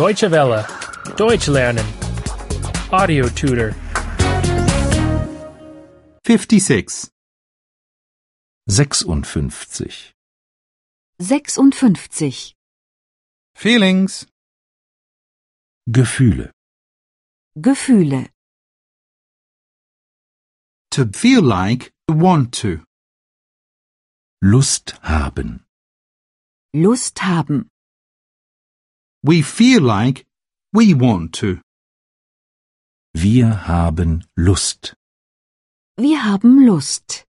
Deutsche Welle. Deutsch lernen. Audio tutor. 56. 56. 56. Feelings. Gefühle. Gefühle. To feel like, want to. Lust haben. Lust haben. We feel like, we want to. Wir haben Lust. Wir haben Lust.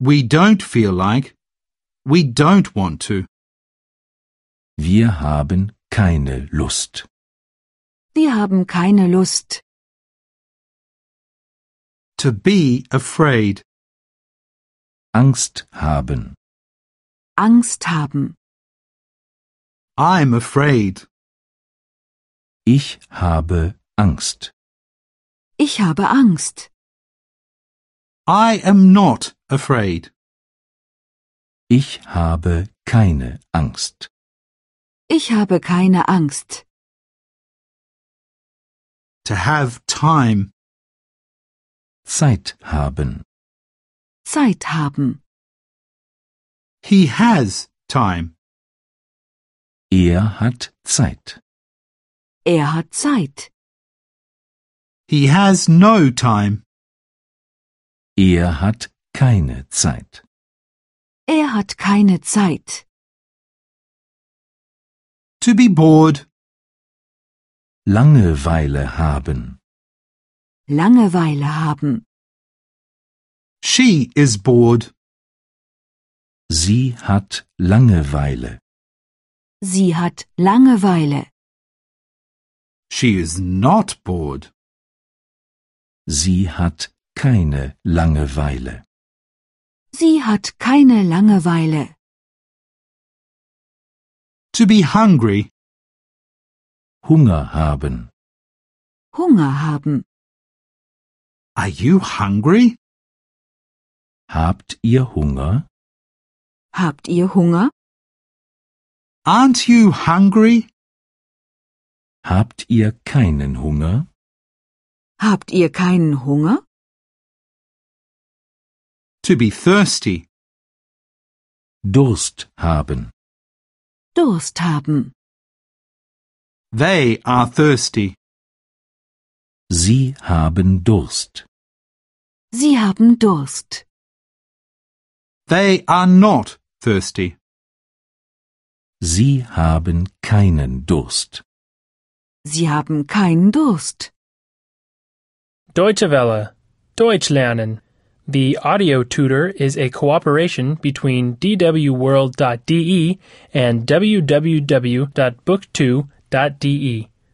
We don't feel like, we don't want to. Wir haben keine Lust. Wir haben keine Lust. To be afraid. Angst haben. Angst haben. I'm afraid. Ich habe Angst. Ich habe Angst. I am not afraid. Ich habe keine Angst. Ich habe keine Angst. To have time. Zeit haben. Zeit haben. He has time. Er hat Zeit. Er hat Zeit. He has no time. Er hat keine Zeit. Er hat keine Zeit. To be bored. Langeweile haben. Langeweile haben. She is bored. Sie hat Langeweile. Sie hat Langeweile. She is not bored. Sie hat keine Langeweile. Sie hat keine Langeweile. To be hungry. Hunger haben. Hunger haben. Are you hungry? Habt ihr Hunger? Habt ihr Hunger? Aren't you hungry? Habt ihr keinen Hunger? Habt ihr keinen Hunger? To be thirsty. Durst haben. Durst haben. They are thirsty. Sie haben Durst. Sie haben Durst. They are not thirsty. Sie haben keinen Durst. Sie haben keinen Durst. Deutsche Welle. Deutsch lernen. The audio tutor is a cooperation between E dwworld.de and www.book2.de.